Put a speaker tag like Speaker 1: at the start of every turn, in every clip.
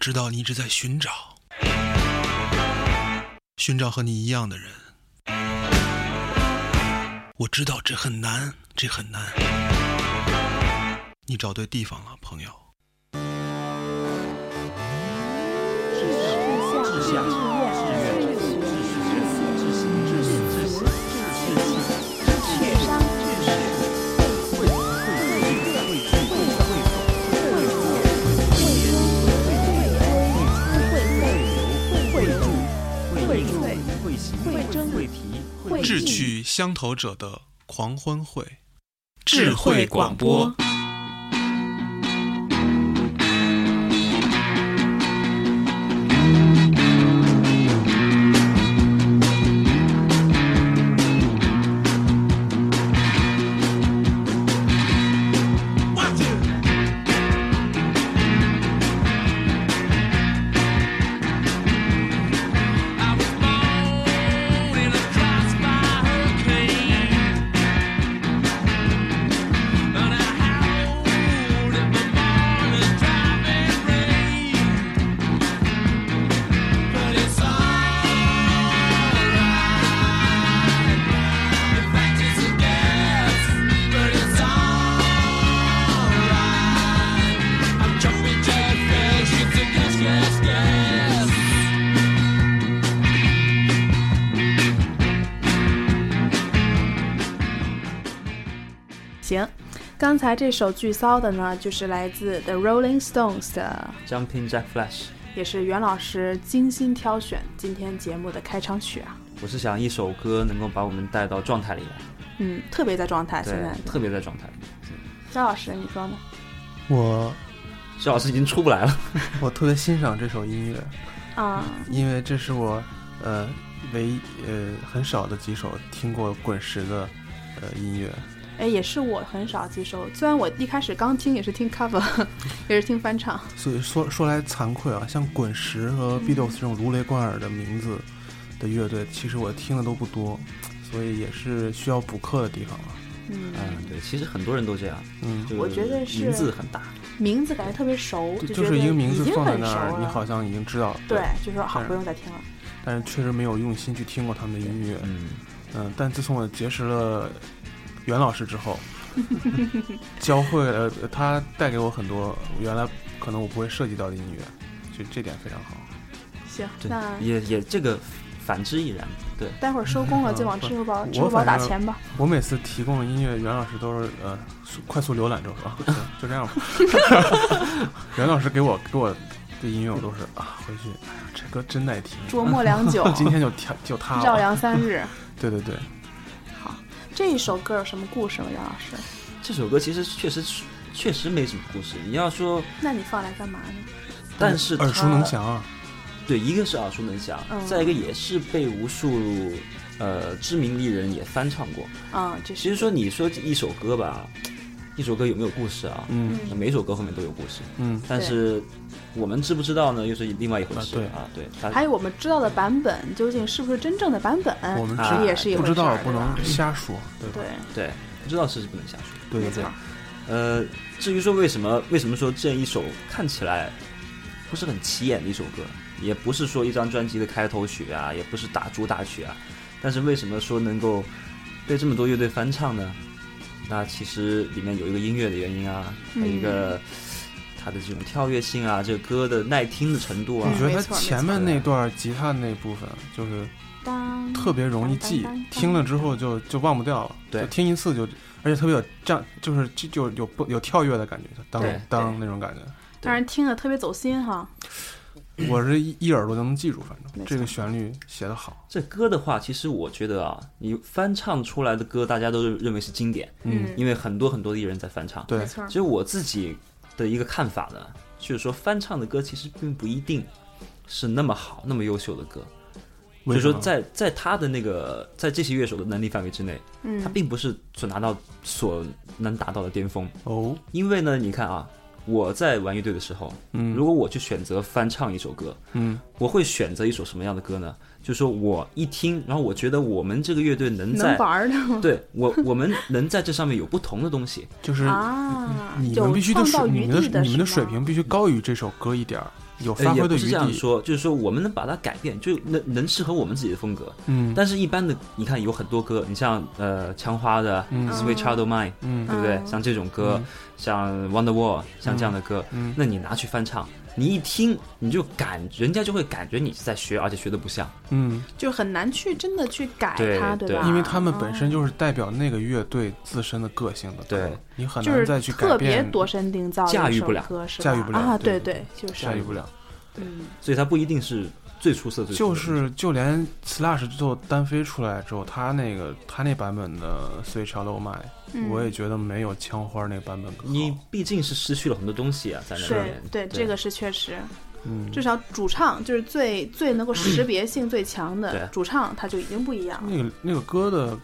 Speaker 1: 知道你一直在寻找，寻找和你一样的人。我知道这很难，这很难。你找对地方了，朋友。
Speaker 2: 志向、志愿、志愿、志心、志心、志心、志气、志气、志士、会会聚、会会会会会言、会追、会追、会流、会助、会应、会行、会提、会
Speaker 1: 志趣相投者的狂欢会，
Speaker 3: 智慧广播。
Speaker 4: 行，刚才这首巨骚的呢，就是来自 The Rolling Stones 的，
Speaker 2: Jumping Jack Flash。
Speaker 4: 也是袁老师精心挑选今天节目的开场曲啊。
Speaker 2: 我是想一首歌能够把我们带到状态里来，
Speaker 4: 嗯，特别在状态。现在
Speaker 2: 对，特别在状态里。
Speaker 4: 肖老师，你说呢？
Speaker 5: 我
Speaker 2: 肖老师已经出不来了，
Speaker 5: 我特别欣赏这首音乐，
Speaker 4: 啊、
Speaker 5: 因为这是我呃唯一呃很少的几首听过滚石的呃音乐。
Speaker 4: 哎，也是我很少接受，虽然我一开始刚听也是听 cover，也 是听翻唱，
Speaker 5: 所以说说来惭愧啊，像滚石和 Beatles 这种如雷贯耳的名字的乐队，其实我听的都不多，所以也是需要补课的地方了。
Speaker 4: 嗯，
Speaker 2: 嗯，对，其实很多人都这样，
Speaker 5: 嗯，
Speaker 2: 就
Speaker 4: 我觉得是
Speaker 2: 名字很大，
Speaker 4: 名字感觉特别熟，
Speaker 5: 就
Speaker 4: 觉
Speaker 5: 就
Speaker 4: 得
Speaker 5: 是一个名
Speaker 4: 已
Speaker 5: 字
Speaker 4: 经
Speaker 5: 放在
Speaker 4: 很
Speaker 5: 那
Speaker 4: 熟
Speaker 5: 儿，
Speaker 4: 了，
Speaker 5: 你好嗯像已经知道了。
Speaker 4: 对，就说好
Speaker 5: 但是
Speaker 4: 不用再听了，
Speaker 5: 但是确实没有用心去听过他们的音乐。
Speaker 2: 嗯，
Speaker 5: 嗯，但自从我结识了袁老师之 后，教会了他带给我很多原来可能我不会涉及到的音乐，就这点非常好。
Speaker 4: 行，
Speaker 2: 对
Speaker 4: 那，
Speaker 2: 也也这个反之亦然，对，
Speaker 4: 待会儿收工了
Speaker 5: 嗯
Speaker 4: 就往支付宝
Speaker 5: 我
Speaker 4: 支付宝
Speaker 5: 反
Speaker 4: 打
Speaker 5: 正
Speaker 4: 钱吧，
Speaker 5: 我每次提供的音乐，袁老师都是呃速快速浏览之后啊，行就这样吧。袁老师给我给我的音乐，我都是啊回去，哎呀，这歌真耐听，，
Speaker 4: 琢磨良久
Speaker 5: 今天就跳就它
Speaker 4: 绕
Speaker 5: 了。
Speaker 4: 梁三日。
Speaker 5: 对对对，
Speaker 4: 好，这一首歌有什么故事吗？杨老师？
Speaker 2: 这首歌其实确实确实没什么故事。你要说，
Speaker 4: 那你放来干嘛呢？
Speaker 2: 但是它
Speaker 5: 耳熟能，详啊。
Speaker 2: 对，一个是耳熟能详，
Speaker 4: 嗯
Speaker 2: 再一个也是被无数呃知名艺人也翻唱过。
Speaker 4: 嗯，这是
Speaker 2: 其实说你说一首歌吧，一首歌有没有故事啊？
Speaker 5: 嗯
Speaker 2: 那每首歌后面都有故事，
Speaker 5: 嗯，
Speaker 2: 但是我们知不知道呢，又是另外一回
Speaker 5: 啊
Speaker 2: 事
Speaker 5: 对
Speaker 2: 啊。对，它
Speaker 4: 还有我们知道的版本究竟是不是真正的版本？
Speaker 5: 我们
Speaker 2: 啊
Speaker 4: 这也是一
Speaker 5: 不
Speaker 4: 回
Speaker 5: 知
Speaker 4: 事
Speaker 5: 道
Speaker 4: 儿
Speaker 5: 不能瞎说，对吧？
Speaker 4: 对吧
Speaker 2: 对不知道是不能下去。
Speaker 5: 对
Speaker 4: 对，
Speaker 5: 对
Speaker 4: 没
Speaker 5: 对
Speaker 4: 错。
Speaker 2: 呃，至于说为什么为什么说这一首看起来不是很起眼的一首歌，也不是说一张专辑的开头曲啊，也不是打主打曲啊，但是为什么说能够被这么多乐队翻唱呢？那其实里面有一个音乐的原因啊，还有一个它的这种跳跃性啊，这个歌的耐听的程度啊
Speaker 5: 我，觉
Speaker 4: 嗯没
Speaker 5: 得
Speaker 4: 错没
Speaker 5: 前
Speaker 4: 错
Speaker 5: 面那段吉他那部分就是
Speaker 4: 当
Speaker 5: 特别容易记
Speaker 4: 当当当，
Speaker 5: 听了之后就就忘不掉了。
Speaker 2: 对
Speaker 5: 就听一次就，而且特别有战，就是就就有不有跳跃的感觉，就当
Speaker 2: 对
Speaker 5: 当那种感觉。
Speaker 4: 让人听了特别走心哈。
Speaker 5: 我是一一耳朵就能记住，反
Speaker 4: 没
Speaker 5: 正
Speaker 4: 错
Speaker 5: 这个旋律写得好。
Speaker 2: 这歌的话，其实我觉得啊，你翻唱出来的歌，大家都认为是经典，
Speaker 4: 嗯，
Speaker 2: 因为很多很多的艺人在翻唱。
Speaker 5: 对
Speaker 4: 没，错
Speaker 2: 其。实我自己的一个看法呢，就是说翻唱的歌其实并不一定是那么好、那么优秀的歌。所
Speaker 5: 为
Speaker 2: 以
Speaker 5: 什
Speaker 2: 说
Speaker 5: 么
Speaker 2: 在，在他的那个在这些乐手的能力范围之内，他
Speaker 4: 嗯，
Speaker 2: 并不是所拿到所能达到的巅峰。
Speaker 5: 哦，
Speaker 2: 因为呢，你看啊，我在玩乐队的时候，
Speaker 5: 嗯
Speaker 2: 如果我去选择翻唱一首歌，
Speaker 5: 嗯，
Speaker 2: 我会选择一首什么样的歌呢？就是说我一听，然后我觉得我们这个乐队能在
Speaker 4: 能玩儿的
Speaker 2: 对我我们能在这上面有不同的东西，
Speaker 5: 就是
Speaker 4: 啊，
Speaker 5: 你
Speaker 4: 有
Speaker 5: 们必须的水，
Speaker 4: 创造
Speaker 5: 你
Speaker 4: 余
Speaker 5: 们的
Speaker 4: 地
Speaker 5: 你们的
Speaker 4: 是
Speaker 5: 水
Speaker 4: 吗
Speaker 5: 平必须高于这首歌一点儿，有
Speaker 2: 呃
Speaker 5: 发
Speaker 2: 也不
Speaker 5: 挥的
Speaker 2: 是
Speaker 5: 余
Speaker 2: 这样
Speaker 5: 地。
Speaker 2: 说，就是说我们能把它改变，就能能适合我们自己的风格。
Speaker 5: 嗯
Speaker 2: 但是，一般的，你看有很多歌，你像呃枪花的
Speaker 5: 嗯
Speaker 2: 《Sweet Child O' Mine》，
Speaker 5: 嗯
Speaker 2: 对不对？
Speaker 4: 嗯
Speaker 2: 像这种歌，像《Wonderwall》，像这样的歌，
Speaker 5: 嗯
Speaker 2: 那你拿去翻唱，你一听你就感，人家就会感觉你在学，而且学的不像。
Speaker 5: 嗯，
Speaker 4: 就很难去真的去改
Speaker 2: 对
Speaker 4: 它，
Speaker 2: 对
Speaker 4: 吧？嗯
Speaker 5: 因为他们本身就是代表那个乐队自身的个性的歌，
Speaker 2: 对
Speaker 5: 你很
Speaker 4: 就
Speaker 5: 难
Speaker 4: 是
Speaker 5: 再去改
Speaker 4: 特别
Speaker 5: 变，
Speaker 4: 度身定造的
Speaker 2: 驾
Speaker 4: 一
Speaker 2: 驭
Speaker 4: 首
Speaker 2: 不了
Speaker 4: 歌是吧？
Speaker 5: 驾驭不了
Speaker 4: 啊，
Speaker 5: 对
Speaker 4: 对对，就是
Speaker 5: 驾驭不了。
Speaker 4: 嗯，
Speaker 2: 所以它不一定是最出色最出色
Speaker 5: 就
Speaker 2: 的
Speaker 5: 是就连 Slash 最后单飞出来之后，他那个他那版本的《Sweet Child O' Mine》，
Speaker 4: 嗯
Speaker 5: 我也觉得没有枪花那个版本更好。
Speaker 2: 你毕竟是失去了很多东西啊，在那里
Speaker 4: 对
Speaker 2: 面。
Speaker 4: 对，这个是确实，
Speaker 5: 嗯，
Speaker 4: 至少主唱就是最最能够识别性最强的
Speaker 2: 对
Speaker 4: 主唱，他就已经不一样了。
Speaker 5: 那个那个歌的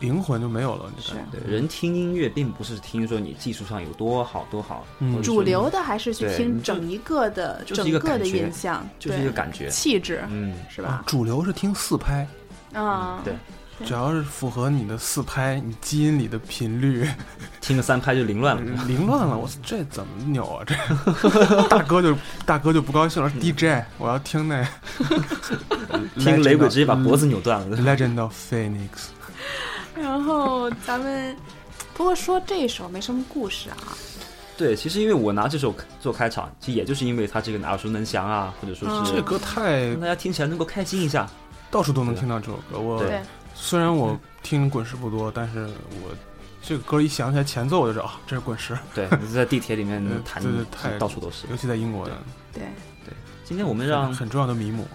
Speaker 5: 灵魂就没有了，你
Speaker 4: 是
Speaker 5: 感觉
Speaker 2: 对人听音乐并不是听说你技术上有多好多好，
Speaker 5: 嗯
Speaker 2: 或者说
Speaker 4: 主流的还是去
Speaker 2: 对
Speaker 4: 听
Speaker 2: 你就
Speaker 4: 整一个的
Speaker 2: 就是
Speaker 4: 整
Speaker 2: 一个
Speaker 4: 个
Speaker 2: 感
Speaker 4: 的
Speaker 2: 觉
Speaker 4: 印象，
Speaker 2: 就是
Speaker 4: 对
Speaker 2: 一个感觉，
Speaker 4: 气质
Speaker 2: 嗯，
Speaker 4: 是
Speaker 5: 啊
Speaker 4: 吧？
Speaker 5: 主流是听四拍，
Speaker 4: 嗯，
Speaker 2: 对，
Speaker 4: 对
Speaker 5: 只要是符合你的四拍，你基因里的频率
Speaker 2: 听了三拍就凌乱了。
Speaker 5: 凌乱了，我操这怎么扭啊？这大哥就大哥就不高兴了说，DJ，我要听那
Speaker 2: 听雷鬼直接把脖子扭断了。
Speaker 5: Legend of Phoenix。
Speaker 4: 然后咱们不过说这首没什么故事啊，
Speaker 2: 对，其实因为我拿这首做开场，其实也就是因为它这个耳熟能详啊，或者说
Speaker 5: 这
Speaker 2: 是
Speaker 5: 个歌太
Speaker 2: 让大家听起来能够开心一下。
Speaker 5: 到处都能听到这首歌。我
Speaker 2: 对
Speaker 4: 对
Speaker 5: 虽然我听滚石不多，但是我这个歌一响起来前奏我就知道，啊，这是滚石，
Speaker 2: 对，你在地铁里面
Speaker 5: 嗯
Speaker 2: 弹
Speaker 5: 对对，太
Speaker 2: 到处都是。
Speaker 5: 尤其在英国的
Speaker 4: 对，
Speaker 2: 今天我们
Speaker 5: 很
Speaker 2: 让
Speaker 5: 很重要的迷母。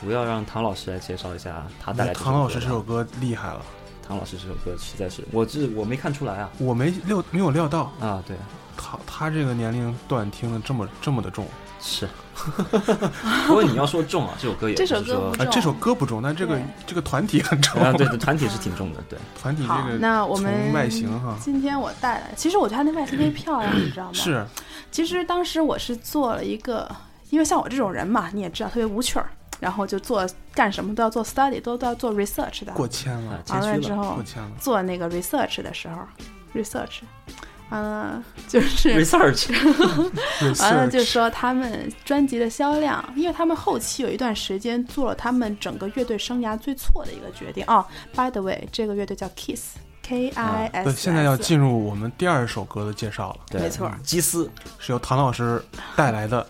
Speaker 2: 主要让唐老师来介绍一下他啊带来这首
Speaker 5: 唐老师
Speaker 2: 歌
Speaker 5: 这首歌厉害了，
Speaker 2: 唐老师这首歌实在是，我这我没看出来啊
Speaker 5: 我没料没有料到
Speaker 2: 啊，对，
Speaker 5: 他他这个年龄段听的这么这么的重。
Speaker 2: 是。 不过你要说重啊，这首歌也
Speaker 4: 这首
Speaker 2: 不是
Speaker 4: 歌
Speaker 2: 说
Speaker 4: 不
Speaker 5: 啊，
Speaker 4: 重
Speaker 5: 这首歌不重，但这个
Speaker 4: 对
Speaker 5: 这个团体很重。
Speaker 2: 啊，对对，团体是挺重的，对，
Speaker 5: 团体
Speaker 4: 好
Speaker 5: 这，个
Speaker 4: 那我
Speaker 5: 从
Speaker 4: 们
Speaker 5: 外形哈
Speaker 4: 今天我带来，其实我觉得他那外形特别漂亮，你知道吗？。
Speaker 5: 是
Speaker 4: 其实当时我是做了一个，因为像我这种人嘛，你也知道特别无趣儿，然后就做干什么都要做 study，都都要做 research 的。
Speaker 5: 过千
Speaker 2: 啊
Speaker 5: 了，，
Speaker 2: 谦
Speaker 4: 完了
Speaker 2: 虚
Speaker 4: 之
Speaker 2: 了。
Speaker 4: 后
Speaker 5: 过，千了。
Speaker 4: 做那个 research 的时候，research，完了就是
Speaker 2: research
Speaker 4: 完了就
Speaker 5: Research
Speaker 4: 说他们专辑的销量，因为他们后期有一段时间做了他们整个乐队生涯最错的一个决定哦。By the way，这个乐队叫 Kiss，K I
Speaker 5: 对，
Speaker 4: S，
Speaker 5: 啊现在要进入我们第二首歌的介绍了，
Speaker 2: 对
Speaker 4: 没错儿
Speaker 2: 基斯
Speaker 5: 是由唐老师带来的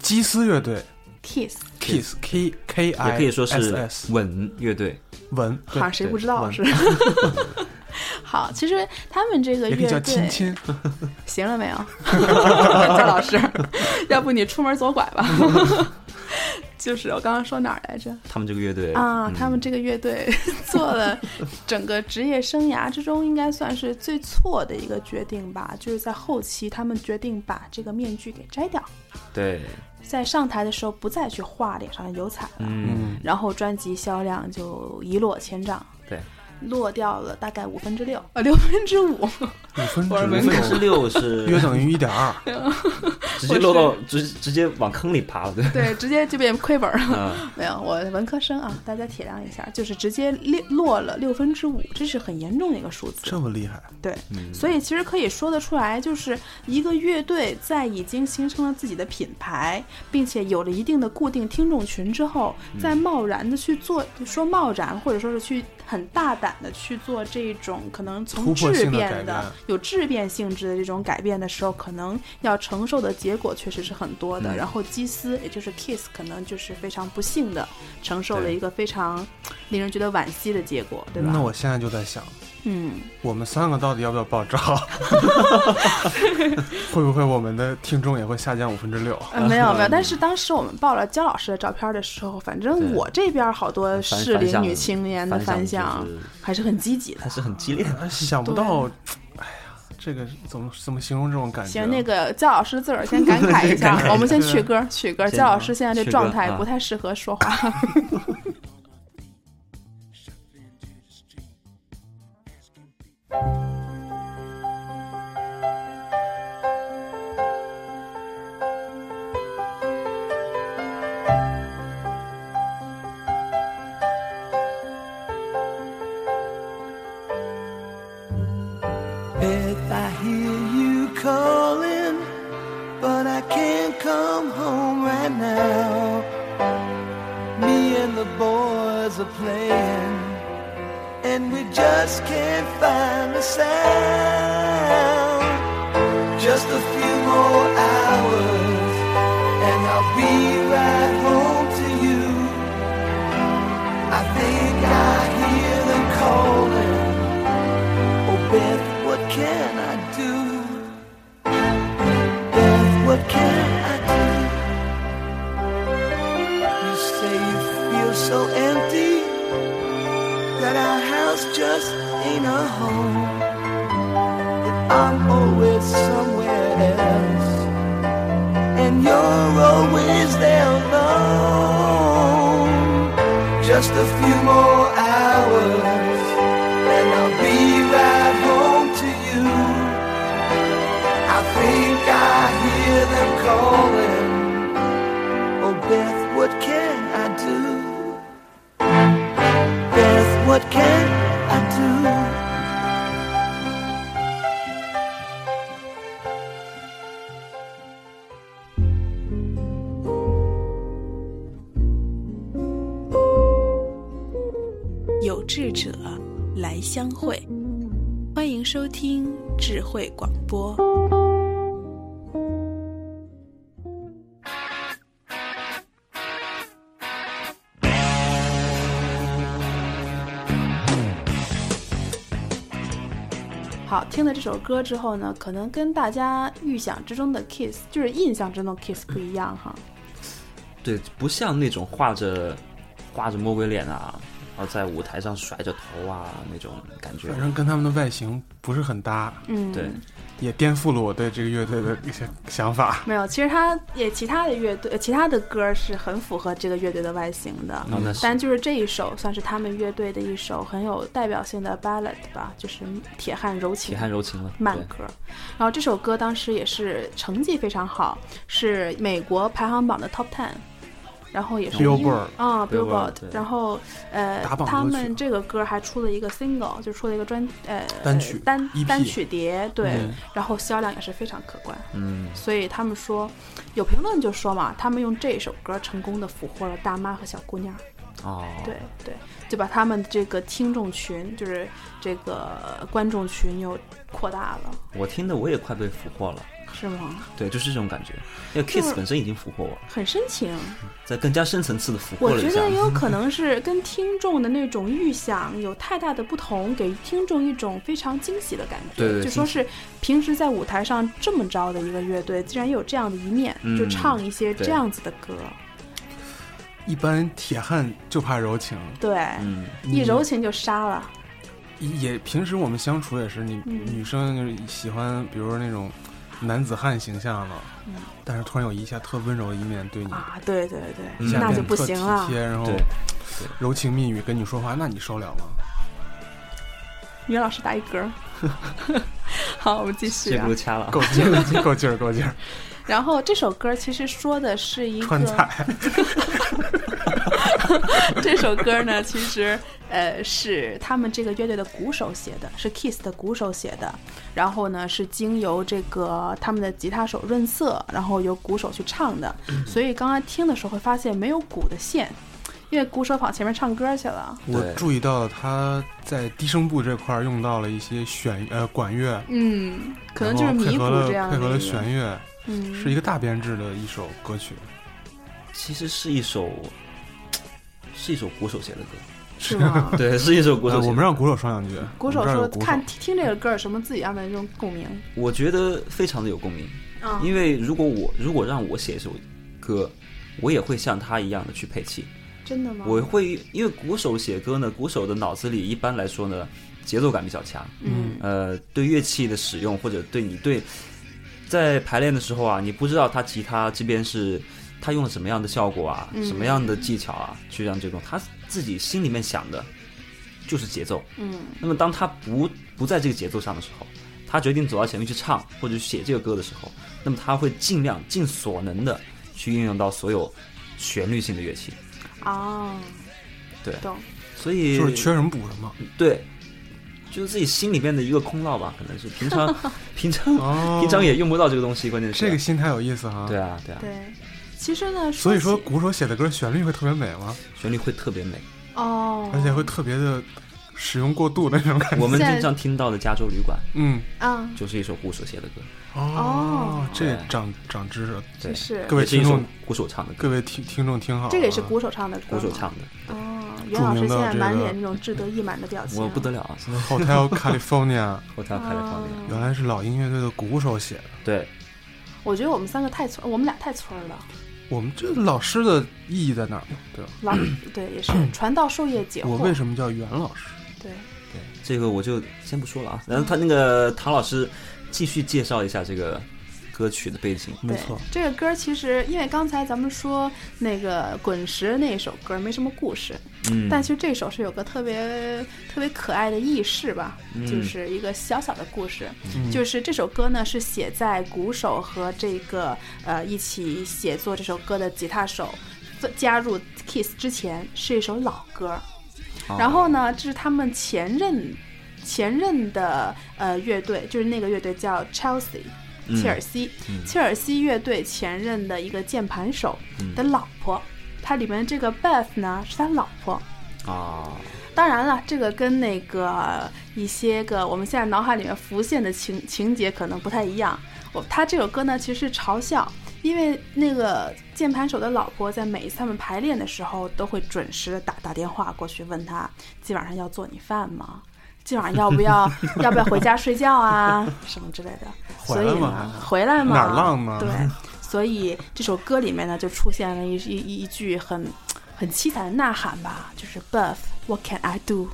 Speaker 5: 基斯乐队
Speaker 4: Kiss，
Speaker 5: Kiss K K
Speaker 2: 也
Speaker 5: I
Speaker 2: 可以说
Speaker 5: S
Speaker 2: 是
Speaker 5: S
Speaker 2: 稳乐队，
Speaker 5: 文，
Speaker 4: 好像谁
Speaker 2: 对
Speaker 4: 不知道
Speaker 5: 完
Speaker 4: 是？ 好，其实他们这个
Speaker 5: 也可以
Speaker 4: 乐
Speaker 5: 叫
Speaker 4: 队
Speaker 5: 亲，亲。
Speaker 4: 行了没有？赵老师，要不你出门左拐吧。 就是我刚刚说哪儿来着？
Speaker 2: 他们这个乐队
Speaker 4: 啊，
Speaker 2: 嗯
Speaker 4: 他们这个乐队做了整个职业生涯之中应该算是最错的一个决定吧，就是在后期他们决定把这个面具给摘掉，
Speaker 2: 对，
Speaker 4: 在上台的时候不再去画脸上的油彩了，
Speaker 2: 嗯，
Speaker 5: 嗯，
Speaker 4: 然后专辑销量就一落千丈，
Speaker 2: 对，
Speaker 4: 落掉了大概五分之六，呃，六分之五，
Speaker 5: 五分
Speaker 4: 我是
Speaker 5: 之
Speaker 4: 文
Speaker 5: 六
Speaker 2: 分之六是
Speaker 5: 约等于一点二，
Speaker 2: 直接落到直直接往坑里爬了，对，
Speaker 4: 对，直接就变亏本儿了。
Speaker 2: 啊，
Speaker 4: 没有，我文科生啊，大家体谅一下，就是直接六落了六分之五，这是很严重的一个数字。
Speaker 5: 这么厉害，
Speaker 4: 对，
Speaker 5: 嗯
Speaker 4: 所以其实可以说得出来，就是一个乐队在已经形成了自己的品牌，并且有了一定的固定听众群之后，
Speaker 5: 嗯
Speaker 4: 再贸然的去做，说贸然或者说是去很大胆的去做这种可能从
Speaker 5: 突破
Speaker 4: 质
Speaker 5: 性的
Speaker 4: 变
Speaker 5: 改变
Speaker 4: 有质变性质的这种改变的时候，可能要承受的结果确实是很多的。
Speaker 2: 嗯
Speaker 4: 然后基斯，也就是 Kiss，可能就是非常不幸的承受了
Speaker 2: 对
Speaker 4: 一个非常令人觉得惋惜的结果，对吧？
Speaker 5: 那我现在就在想，
Speaker 4: 嗯。
Speaker 5: 我们三个到底要不要爆照？ 会不会我们的听众也会下降五分之六？
Speaker 4: 呃，没
Speaker 2: 嗯
Speaker 4: 有没有，但是当时我们报了焦老师的照片的时候，反正
Speaker 2: 对
Speaker 4: 我这边好多
Speaker 2: 反
Speaker 4: 适
Speaker 2: 反
Speaker 4: 龄
Speaker 2: 向
Speaker 4: 女青年的反响
Speaker 2: 就是
Speaker 4: 还是很积极的。
Speaker 2: 还是很激烈的，
Speaker 5: 想不到，哎呀，这个怎么怎么形容这种感觉？啊
Speaker 4: 行，那个焦老师自个 儿先感慨一下
Speaker 2: 感慨一，下
Speaker 4: 我们先去歌去歌。
Speaker 2: 先
Speaker 4: 焦老师现在这
Speaker 2: 去歌
Speaker 4: 状态
Speaker 2: 啊
Speaker 4: 不太适合说话。
Speaker 6: Beth, I hear you calling, but I can't come home right stars are playing, and we just can't find the sound. Just a few more hours, and I'll be right home to you. I think I hear them calling. Oh, Beth, what can I do? Beth, what can I do? You say you feel so empty that our house just ain't a home. That I'm always somewhere else, and you're always there alone. Just a few more hours, and I'll be right home to you. I think I hear them calling. Oh, Beth, what can I do? Beth, what can I do?
Speaker 3: 有志者来相会，欢迎收听智慧广播。
Speaker 4: 好，听了这首歌之后呢，可能跟大家预想之中的 kiss，就是印象之中的 kiss 不一样哈。
Speaker 2: 对，不像那种画着画着魔鬼脸啊，然后在舞台上甩着头啊那种感觉
Speaker 5: 反。正跟他们的外形不是很搭，
Speaker 4: 嗯，
Speaker 2: 对，
Speaker 5: 也颠覆了我对这个乐队的一些想法。
Speaker 4: 没有，其实他也其他的乐队，呃其他的歌是很符合这个乐队的外形的，
Speaker 2: 然后啊那是
Speaker 4: 但就是这一首算是他们乐队的一首很有代表性的 ballad 吧，就是铁汉柔情
Speaker 2: 铁汉柔情了，
Speaker 4: 慢
Speaker 2: 对
Speaker 4: 歌。然后这首歌当时也是成绩非常好，是美国排行榜的 top ten，然后也是
Speaker 5: Billboard
Speaker 4: 啊
Speaker 2: Billboard，
Speaker 4: Billboard，
Speaker 2: 对
Speaker 4: 然后呃
Speaker 5: 打榜歌曲
Speaker 4: 他们这个歌还出了一个 single，就出了一个专呃
Speaker 5: 单曲 E
Speaker 4: 单
Speaker 5: EP
Speaker 4: 单曲碟，对
Speaker 5: 嗯，
Speaker 4: 然后销量也是非常可观。
Speaker 2: 嗯，
Speaker 4: 所以他们说，有评论就说嘛，他们用这首歌成功的俘获了大妈和小姑娘，
Speaker 2: 哦，
Speaker 4: 对对，就把他们这个听众群，就是这个观众群又扩大了，
Speaker 2: 我听的我也快被俘获了，
Speaker 4: 是吗？
Speaker 2: 对，就是这种感觉。因为
Speaker 4: 就
Speaker 2: Kiss
Speaker 4: 是
Speaker 2: 本身已经俘获我了，
Speaker 4: 很深情，
Speaker 2: 在更加深层次的俘获
Speaker 4: 我
Speaker 2: 了一
Speaker 4: 觉
Speaker 2: 下
Speaker 4: 得。也有可能是跟听众的那种预想有太大的不同，给听众一种非常惊喜的感觉。
Speaker 2: 对对
Speaker 4: 就
Speaker 2: 惊喜
Speaker 4: 说是平时在舞台上这么着的一个乐队，竟然也有这样的一面，
Speaker 2: 嗯
Speaker 4: 就唱一些
Speaker 2: 对
Speaker 4: 这样子的歌，
Speaker 5: 一般铁汉就怕柔情，
Speaker 4: 对，
Speaker 2: 嗯，
Speaker 4: 一柔情就杀了。
Speaker 5: 也平时我们相处也是，你
Speaker 4: 嗯
Speaker 5: 女生就是喜欢，比如说那种男子汉形象的，但是突然有一下特温柔的一面对你，
Speaker 4: 嗯啊，对对对，
Speaker 5: 一嗯下
Speaker 4: 那
Speaker 5: 变
Speaker 4: 就
Speaker 5: 得
Speaker 4: 不
Speaker 5: 特
Speaker 4: 行
Speaker 5: 体
Speaker 4: 了
Speaker 5: 贴，。然后
Speaker 2: 对，
Speaker 5: 柔情蜜语跟你说话，那你受了 吗？
Speaker 4: 于老师打一嗝。 好，我们继续
Speaker 2: 这
Speaker 4: 啊
Speaker 2: 不。掐了。
Speaker 5: 够 劲儿，够劲儿，够劲 儿，
Speaker 4: 然后这首歌其实说的是一
Speaker 5: 川
Speaker 4: 个，
Speaker 5: 菜，
Speaker 4: 这首歌呢，其实呃是他们这个乐队的鼓手写的，是 Kiss 的鼓手写的。然后呢，是经由这个他们的吉他手润色，然后由鼓手去唱的。所以刚刚听的时候会发现没有鼓的线，因为鼓手跑前面唱歌去了。
Speaker 5: 我
Speaker 2: 对
Speaker 5: 注意到了他在低声部这块儿用到了一些弦呃管乐，
Speaker 4: 嗯，可能就
Speaker 5: 然
Speaker 4: 是
Speaker 5: 后
Speaker 4: 弥
Speaker 5: 配
Speaker 4: 补
Speaker 5: 合
Speaker 4: 这
Speaker 5: 了
Speaker 4: 样
Speaker 5: 配
Speaker 4: 的
Speaker 5: 合了
Speaker 4: 一个
Speaker 5: 弦乐，
Speaker 4: 嗯，
Speaker 5: 是一个大编制的一首歌曲，
Speaker 2: 其实是一首，是一首鼓手写的 歌。
Speaker 4: 是吗？
Speaker 2: 对，是一首鼓手
Speaker 5: 呃
Speaker 2: 写的歌。
Speaker 5: 我们让鼓手说两句，
Speaker 4: 鼓
Speaker 5: 我
Speaker 4: 手
Speaker 5: 们这儿
Speaker 4: 说
Speaker 5: 有鼓手
Speaker 4: 看听听这个歌有什么自己安排的这种共鸣。
Speaker 2: 我觉得非常的有共鸣，
Speaker 4: 嗯
Speaker 2: 因为如果我如果让我写一首歌，我也会像他一样的去配器，
Speaker 4: 真的吗？
Speaker 2: 我会因为鼓手写歌呢，鼓手的脑子里一般来说呢，节奏感比较强，
Speaker 4: 嗯
Speaker 2: 呃，对乐器的使用或者对你对在排练的时候啊，你不知道他吉他这边是他用了什么样的效果啊，
Speaker 4: 嗯
Speaker 2: 什么样的技巧啊，去让这种他自己心里面想的就是节奏，
Speaker 4: 嗯
Speaker 2: 那么当他不不在这个节奏上的时候，他决定走到前面去唱或者写这个歌的时候，那么他会尽量尽所能的去运用到所有旋律性的乐器，
Speaker 5: 嗯
Speaker 4: 啊，
Speaker 2: 对
Speaker 4: 懂
Speaker 2: 所以
Speaker 5: 就是缺什么补什么，
Speaker 2: 对，就是自己心里面的一个空落吧，可能是平 常平常、
Speaker 5: 哦
Speaker 2: 平常也用不到这个东西，关键是啊
Speaker 5: 这个心态有意思哈。
Speaker 2: 对，啊对啊，
Speaker 4: 对。其实呢，
Speaker 5: 所以说
Speaker 4: 起
Speaker 5: 鼓手写的歌旋律会特别美吗？
Speaker 2: 旋律会特别美，
Speaker 4: 哦，
Speaker 5: 而且会特别的使用过度那种感觉。
Speaker 2: 我们
Speaker 4: 现在
Speaker 2: 经常听到的《加州旅馆
Speaker 5: 嗯，
Speaker 4: 啊》，
Speaker 2: 就是一首鼓手写的歌，
Speaker 5: 哦
Speaker 4: 哦，
Speaker 5: 这
Speaker 2: 对
Speaker 5: 长长知识了，
Speaker 2: 对，
Speaker 4: 是
Speaker 5: 各位
Speaker 2: 也是一
Speaker 5: 听
Speaker 2: 首
Speaker 5: 众，
Speaker 2: 鼓手唱的歌，
Speaker 5: 各位听听众听好了啊，
Speaker 4: 这个也是鼓手唱的歌
Speaker 2: 鼓
Speaker 4: 吗，
Speaker 2: 手唱的。
Speaker 4: 哦，袁
Speaker 5: 著
Speaker 4: 老师
Speaker 5: 名
Speaker 4: 现
Speaker 5: 的
Speaker 4: 在
Speaker 5: 这
Speaker 4: 满
Speaker 5: 个
Speaker 4: 脸那种志得意满的表情，
Speaker 2: 我不得了啊！
Speaker 5: Hotel California
Speaker 2: 我他开了放
Speaker 4: 哦
Speaker 2: 的，
Speaker 5: 原来是老音乐队的鼓手写的。
Speaker 2: 对，
Speaker 4: 我觉得我们三个太村，我们俩太村儿了。
Speaker 5: 我们这老师的意义在哪儿呢？对吧？
Speaker 4: 老对，也是传道授业解惑。
Speaker 5: 我为什么叫袁老 师？
Speaker 4: 对，
Speaker 2: 这个我就先不说了啊。然后他那个唐老师继续介绍一下这个歌曲的背景，
Speaker 5: 没错
Speaker 4: 对，这个歌其实因为刚才咱们说那个滚石那首歌没什么故事，
Speaker 2: 嗯，
Speaker 4: 但其实这首是有个特别特别可爱的轶事吧，
Speaker 2: 嗯
Speaker 4: 就是一个小小的故事。就是这首歌呢是写在鼓手和这个呃一起写作这首歌的吉他手分加入 Kiss 之前是一首老歌，
Speaker 2: 哦
Speaker 4: 然后呢，这是他们前任前任的呃乐队，就是那个乐队叫 Chelsea。
Speaker 2: 嗯
Speaker 4: 切尔西，切尔西乐队前任的一个键盘手
Speaker 2: 嗯
Speaker 4: 的老婆，它里面这个 Beth 呢是他老婆。
Speaker 2: 啊，
Speaker 4: 当然了，这个跟那个一些个我们现在脑海里面浮现的情情节可能不太一样。我他这首歌呢，其实是嘲笑，因为那个键盘手的老婆在每一次他们排练的时候，都会准时的打打电话过去问他，今晚上要做你饭吗？今晚上要不 要要不要回家睡觉啊？什么之类的。
Speaker 5: 回
Speaker 4: 所
Speaker 5: 来
Speaker 4: 以
Speaker 5: 嘛
Speaker 4: 呢，回来嘛，
Speaker 5: 哪儿浪嘛
Speaker 4: 对，所以这首歌里面呢，就出现了一一一一句很很凄惨的呐喊吧，就是 Buff，What can I do？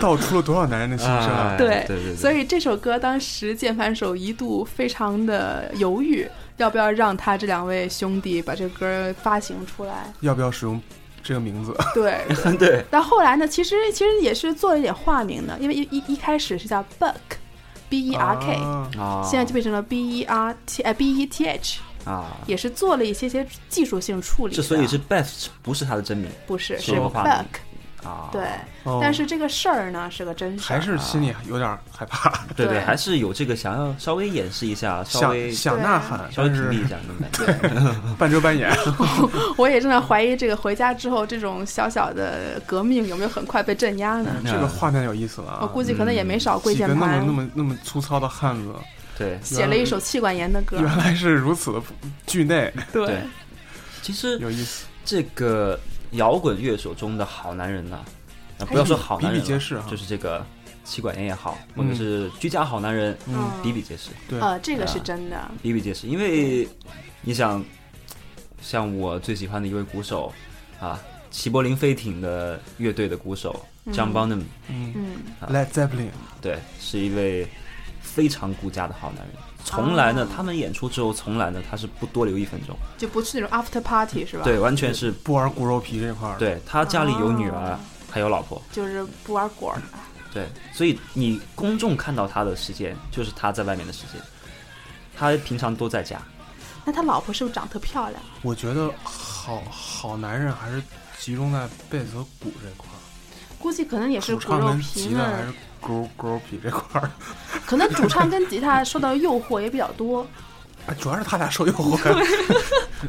Speaker 5: 道出了多少男人的心声啊
Speaker 2: 哎！对对对
Speaker 4: 所以这首歌当时键盘手一度非常的犹豫，要不要让他这两位兄弟把这歌发行出 来？
Speaker 5: 要不要使用这个名字？
Speaker 4: 对。
Speaker 2: 对，
Speaker 4: 但后来呢，其实其实也是做了一点化名的，因为一一一开始是叫 Buck，B E R K，、
Speaker 5: 啊
Speaker 2: 啊，
Speaker 4: 现在就变成了 B E R T 哎 B E T H，
Speaker 2: 啊，
Speaker 4: 也是做了一些些技术性处理的。
Speaker 2: 之所以是 Beth 不是他的真名
Speaker 4: 不是
Speaker 2: 是
Speaker 4: 是
Speaker 2: 个化名
Speaker 4: bug？
Speaker 2: 啊，
Speaker 4: 对，
Speaker 5: 哦
Speaker 4: 但是这个事儿呢是个真事儿，
Speaker 5: 还是心里有点害怕，
Speaker 2: 对对，
Speaker 4: 对
Speaker 2: 还是有这个想要稍微掩饰一下， 稍
Speaker 5: 想
Speaker 2: 微啊稍
Speaker 5: 想呐喊，
Speaker 2: 微
Speaker 5: 但
Speaker 2: 屏蔽一
Speaker 5: 是
Speaker 2: 下那种感觉。
Speaker 5: 半 遮半掩。 嗯
Speaker 4: 我也正在怀疑这个回家之后这种小小的革命有没有很快被镇压
Speaker 2: 嗯
Speaker 4: 呢？
Speaker 5: 这个画面有意思了啊！
Speaker 4: 我估计可能也没少跪
Speaker 5: 几个
Speaker 4: 键
Speaker 5: 那么
Speaker 4: 盘，
Speaker 5: 那么那么粗糙的汉子，
Speaker 2: 对
Speaker 4: 写了一首气管炎的歌，
Speaker 5: 原来是如此的剧内，
Speaker 4: 对
Speaker 2: 对，其实
Speaker 5: 有意思。
Speaker 2: 这个摇滚乐手中的好男人呐、啊，不要说好男人了，
Speaker 5: 哎比比皆是啊哈
Speaker 2: 就是这个妻管严也好，或
Speaker 5: 嗯
Speaker 2: 者是居家好男人，
Speaker 4: 嗯
Speaker 2: 比比皆是，
Speaker 5: 对，
Speaker 4: 呃，这个是真的，
Speaker 2: 比比皆是。因为你想，像我最喜欢的一位鼓手啊，齐柏林飞艇的乐队的鼓手 John Bonham，、
Speaker 5: 嗯
Speaker 4: 嗯，
Speaker 5: ，Led Zeppelin，
Speaker 2: 对，是一位非常顾家的好男人。从来呢，他们演出之后，从来呢，他是不多留一分钟，
Speaker 4: 就不是那种 after party 是吧？
Speaker 2: 对，，完全是，
Speaker 5: 不玩骨肉皮这块儿，，
Speaker 2: 对他家里有女儿，还有老婆，
Speaker 4: 就是不玩果儿，
Speaker 2: 对，所以你公众看到他的时间，就是他在外面的时间，他平常都在家。
Speaker 4: 那他老婆是不是长得特漂亮？
Speaker 5: 我觉得好好男人还是集中在贝斯和鼓这块儿，
Speaker 4: 估计可能也是
Speaker 5: 主
Speaker 4: 骨
Speaker 5: 唱
Speaker 4: 肉
Speaker 5: 跟
Speaker 4: 皮
Speaker 5: 吉他还
Speaker 4: 们
Speaker 5: 是，骨肉骨肉皮这块儿，
Speaker 4: 可能主唱跟吉他受到诱惑也比较多。
Speaker 5: 啊主要是他俩受诱 惑。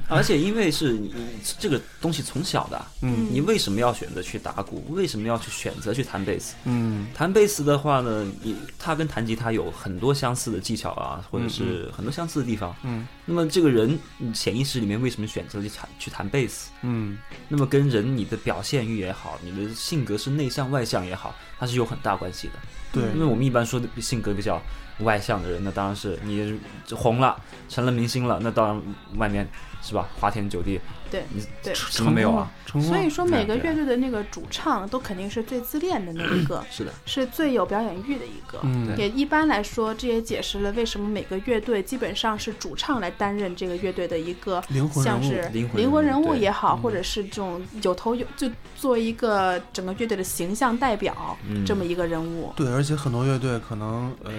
Speaker 2: 而且因为是你这个东西从小的，啊
Speaker 5: 嗯
Speaker 2: 你为什么要选择去打鼓？为什么要去选择去弹贝斯？
Speaker 5: 嗯，
Speaker 2: 弹贝斯的话呢，你它跟弹吉他有很多相似的技巧啊，或者是很多相似的地方。
Speaker 5: 嗯，
Speaker 2: 那么这个人你潜意识里面为什么选择去弹去弹贝斯？
Speaker 5: 嗯，
Speaker 2: 那么跟人你的表现欲也好，你的性格是内向外向也好，它是有很大关系的。
Speaker 5: 对，
Speaker 2: 因为我们一般说的性格比较外向的人，那当然是你红了，成了明星了，那当然外面是吧，花天酒地，
Speaker 4: 对
Speaker 2: 你
Speaker 4: 对
Speaker 2: 什么没有啊？
Speaker 5: 成功
Speaker 4: 所
Speaker 5: 了，
Speaker 4: 以说，每个
Speaker 2: 对啊，
Speaker 4: 乐队的那个主唱都肯定是最自恋的那一个
Speaker 2: 是的，
Speaker 4: 是最有表演欲的一个。
Speaker 5: 嗯
Speaker 4: 也一般来说，这也解释了为什么每个乐队基本上是主唱来担任这个乐队的一个
Speaker 5: 灵魂人
Speaker 4: 像
Speaker 5: 物
Speaker 4: 是
Speaker 2: 灵魂
Speaker 4: 灵魂
Speaker 2: 人
Speaker 4: 人
Speaker 2: 物
Speaker 4: 物
Speaker 2: 对嗯
Speaker 4: 也好，或者是这种有头有就作为一个整个乐队的形象代表、
Speaker 2: 嗯
Speaker 4: 这么一个人物。
Speaker 5: 对，而且很多乐队可能呃，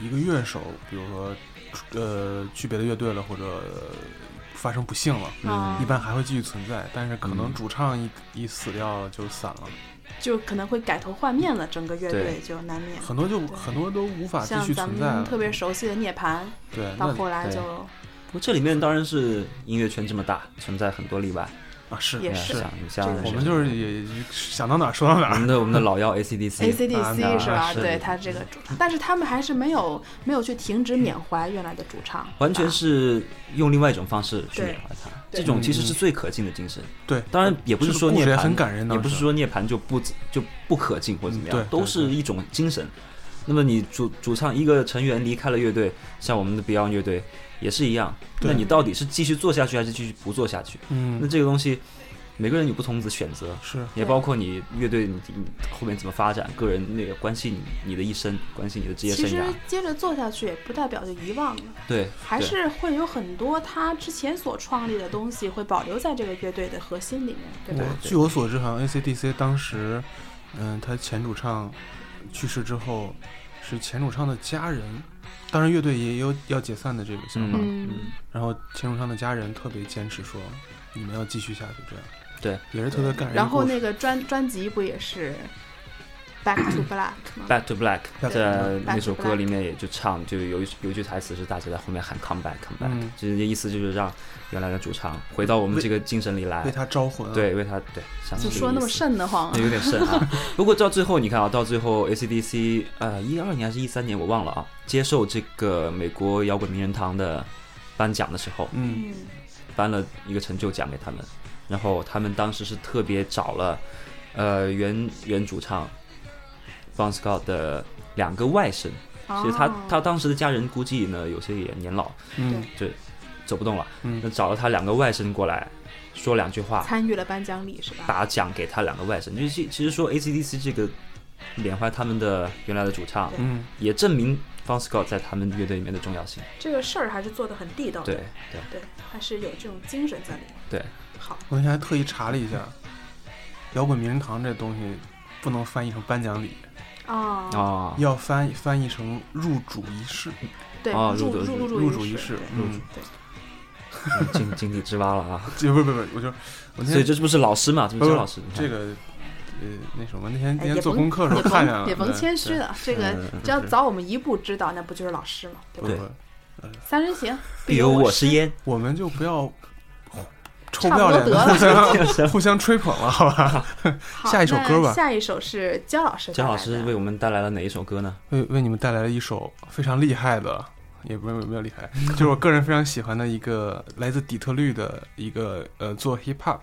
Speaker 5: 一个乐手，比如说呃，去别的乐队了，或者、呃发生不幸了，
Speaker 4: 啊
Speaker 5: 一，般还会继续存在，但是可能
Speaker 2: 嗯
Speaker 5: 主唱一、一死掉就散了，
Speaker 4: 就可能会改头换面了，整个乐队
Speaker 2: 对
Speaker 4: 就难免。
Speaker 5: 很多就很多都无法继
Speaker 4: 像
Speaker 5: 续
Speaker 4: 咱
Speaker 5: 存在
Speaker 4: 们
Speaker 5: 了。
Speaker 4: 特别熟悉的涅槃，
Speaker 5: 对，
Speaker 4: 到
Speaker 5: 那
Speaker 4: 后来
Speaker 2: 对
Speaker 4: 就
Speaker 2: 不过这里面当然是音乐圈这么大，存在很多例外，
Speaker 5: 啊、啊，是
Speaker 4: 也
Speaker 2: 是
Speaker 4: 是
Speaker 2: 啊，你像
Speaker 4: 这个
Speaker 5: 我们就是也想到哪儿说到哪
Speaker 2: 我
Speaker 4: 嗯
Speaker 5: 儿
Speaker 2: 们。的我们的老妖 ACDC，
Speaker 4: ACDC 是吧？
Speaker 2: 啊是
Speaker 4: 对他这个主，但是他们还是没有没有去停止缅怀原来的主唱，
Speaker 2: 完全
Speaker 4: 吧
Speaker 2: 是用另外一种方式去
Speaker 4: 啊对
Speaker 2: 缅怀他，
Speaker 4: 对
Speaker 2: 这种其实是最可敬的精神。
Speaker 5: 对，
Speaker 2: 当然也不是说
Speaker 5: 呃这个故
Speaker 2: 涅
Speaker 5: 事也
Speaker 2: 槃啊
Speaker 5: 很感人当
Speaker 2: 也不
Speaker 5: 时
Speaker 2: 是说涅槃就不就不可敬或者怎么
Speaker 5: 嗯
Speaker 2: 样
Speaker 5: 对，
Speaker 2: 都是一种精神。那么你主主唱一个成员离开了乐队，像我们的 Beyond 乐队也是一样，
Speaker 5: 对
Speaker 2: 那你到底是继续做下去还是继续不做下去？那
Speaker 5: 嗯，
Speaker 2: 这个东西，每个人有不同的选择，
Speaker 5: 是
Speaker 2: 也包括你乐队你你后面怎么发展，个人那个关系你你的一生，关系你的职业
Speaker 4: 其
Speaker 2: 生
Speaker 4: 实
Speaker 2: 涯，
Speaker 4: 接着做下去也不代表就遗忘了，
Speaker 2: 对，
Speaker 4: 还
Speaker 2: 对
Speaker 4: 是会有很多他之前所创立的东西会保留在这个乐队的核心里面，对吧？
Speaker 5: 我据我所知，好像 AC/DC 当时，嗯，他前主唱去世之后，是前主唱的家人，当然乐队也有要解散的这个想法。
Speaker 4: 嗯
Speaker 2: 嗯
Speaker 5: 然后前主唱的家人特别坚持说，你们要继续下去，这样
Speaker 2: 对，
Speaker 5: 也是特别感人的故事。
Speaker 4: 然后那个专专辑不也是 Back to Black 吗？
Speaker 2: Back to Black，
Speaker 5: Back to
Speaker 2: 在
Speaker 4: Black
Speaker 2: 那首歌里面也就唱，就有一有一句台词是大家在后面喊 “come back, come back”，
Speaker 5: 嗯
Speaker 2: 就是意思就是让原来的主唱回到我们这个精神里来
Speaker 5: 为，他招魂、啊，，
Speaker 2: 对，为他对，想
Speaker 4: 就说那么瘆得慌啊
Speaker 2: 那！有点深啊。 不过到最后，你看啊，到最后 ACDC 呃一二年还是一三年我忘了啊，接受这个美国摇滚名人堂的颁奖的时候，
Speaker 5: 嗯，
Speaker 4: 嗯，
Speaker 2: 颁了一个成就奖给他们，然后他们当时是特别找了呃原原主唱 Bon Scott 的两个外甥。所以他
Speaker 4: 哦
Speaker 2: 他当时的家人估计呢，有些也年老，
Speaker 5: 嗯，
Speaker 2: 就走不动了。
Speaker 5: 嗯
Speaker 2: 那找了他两个外甥过来，说两句话，
Speaker 4: 参与了颁奖礼是吧？
Speaker 2: 把奖给他两个外甥。就是其其实说 ACDC 这个缅怀他们的原来的主唱，
Speaker 5: 嗯，
Speaker 2: 也证明 Bon Scott 在他们乐队里面的重要性。
Speaker 4: 这个事儿还是做的很地
Speaker 5: 哦
Speaker 4: 道的
Speaker 2: 对，对
Speaker 4: 对，还是有这种精神在里面。
Speaker 2: 对，
Speaker 4: 好，
Speaker 5: 我那天还特意查了一下，摇滚名人堂这东西不能翻译成颁奖礼，
Speaker 4: 哦，
Speaker 2: 啊，
Speaker 5: 要翻译翻译成入主仪式。
Speaker 4: 对，
Speaker 2: 哦
Speaker 4: 入
Speaker 2: 入主
Speaker 4: 入
Speaker 5: 入
Speaker 4: 主
Speaker 5: 主
Speaker 4: 仪
Speaker 5: 仪
Speaker 4: 式
Speaker 5: 式，
Speaker 4: 对
Speaker 5: 嗯
Speaker 4: 对，
Speaker 2: 井井底之蛙了 啊！
Speaker 5: 就不不不，我就我那
Speaker 2: 所以
Speaker 5: 哦天
Speaker 2: 这是不是老师嘛？这不
Speaker 5: 不
Speaker 2: 是
Speaker 5: 是
Speaker 2: 老师？嗯你看
Speaker 5: 这个呃那什么，那天那
Speaker 4: 哎也
Speaker 5: 天做
Speaker 4: 甭
Speaker 5: 功课的时
Speaker 4: 也
Speaker 5: 候看见了，
Speaker 4: 甭也甭
Speaker 5: 对
Speaker 4: 谦虚了，这个
Speaker 2: 嗯
Speaker 4: 只要
Speaker 5: 是
Speaker 4: 早我们一步知道，那不就是老师吗？对
Speaker 5: 不
Speaker 4: 吧？
Speaker 5: 不
Speaker 2: 对，
Speaker 4: 三人行，
Speaker 2: 必有我师焉。
Speaker 5: 我们就不要臭
Speaker 4: 差
Speaker 5: 不
Speaker 4: 不
Speaker 5: 要
Speaker 4: 多
Speaker 5: 脸
Speaker 4: 得
Speaker 5: 的互
Speaker 4: 了。
Speaker 5: 相互相吹捧了，好吧？
Speaker 4: 好
Speaker 5: 下一首歌吧
Speaker 4: 那下一首是姜老师带
Speaker 2: 姜
Speaker 4: 来的。
Speaker 2: 老师为我们带来了哪一首歌呢？
Speaker 5: 为为你们带来了一首非常厉害的。也不是没有厉 害，就是我个人非常喜欢的一个来自底特律的一个呃做 hip hop，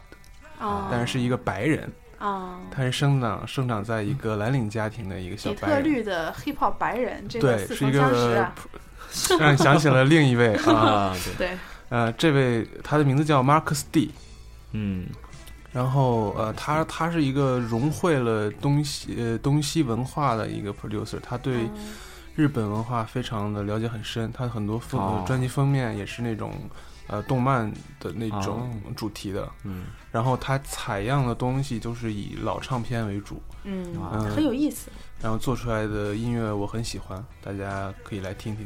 Speaker 4: 哦，
Speaker 5: 但是是一个白人，
Speaker 4: 啊，
Speaker 5: 他是生长生长在一个蓝领家庭的一个小
Speaker 4: 底
Speaker 5: 白
Speaker 4: 特
Speaker 5: 人，
Speaker 4: 律的 hip hop 白人，这
Speaker 5: 对，
Speaker 4: 似
Speaker 5: 是一
Speaker 4: 曾相识
Speaker 5: 个
Speaker 4: 啊。
Speaker 5: 让你想起了另一位 啊，
Speaker 2: 啊，对，
Speaker 4: 对，
Speaker 5: 呃，这位他的名字叫 Marcus D，
Speaker 2: 嗯，
Speaker 5: 然后呃，他他是一个融汇了东西呃东西文化的一个 producer，他对
Speaker 4: 嗯
Speaker 5: 日本文化非常的了解很深，他很多封、
Speaker 2: 哦
Speaker 5: 专辑封面也是那种呃动漫的那种
Speaker 2: 哦
Speaker 5: 主题的，
Speaker 2: 嗯，
Speaker 5: 然后他采样的东西就是以老唱片为主，
Speaker 4: 嗯，
Speaker 2: 啊
Speaker 5: 嗯
Speaker 4: 很有意思，
Speaker 5: 然后做出来的音乐我很喜欢，大家可以来听听。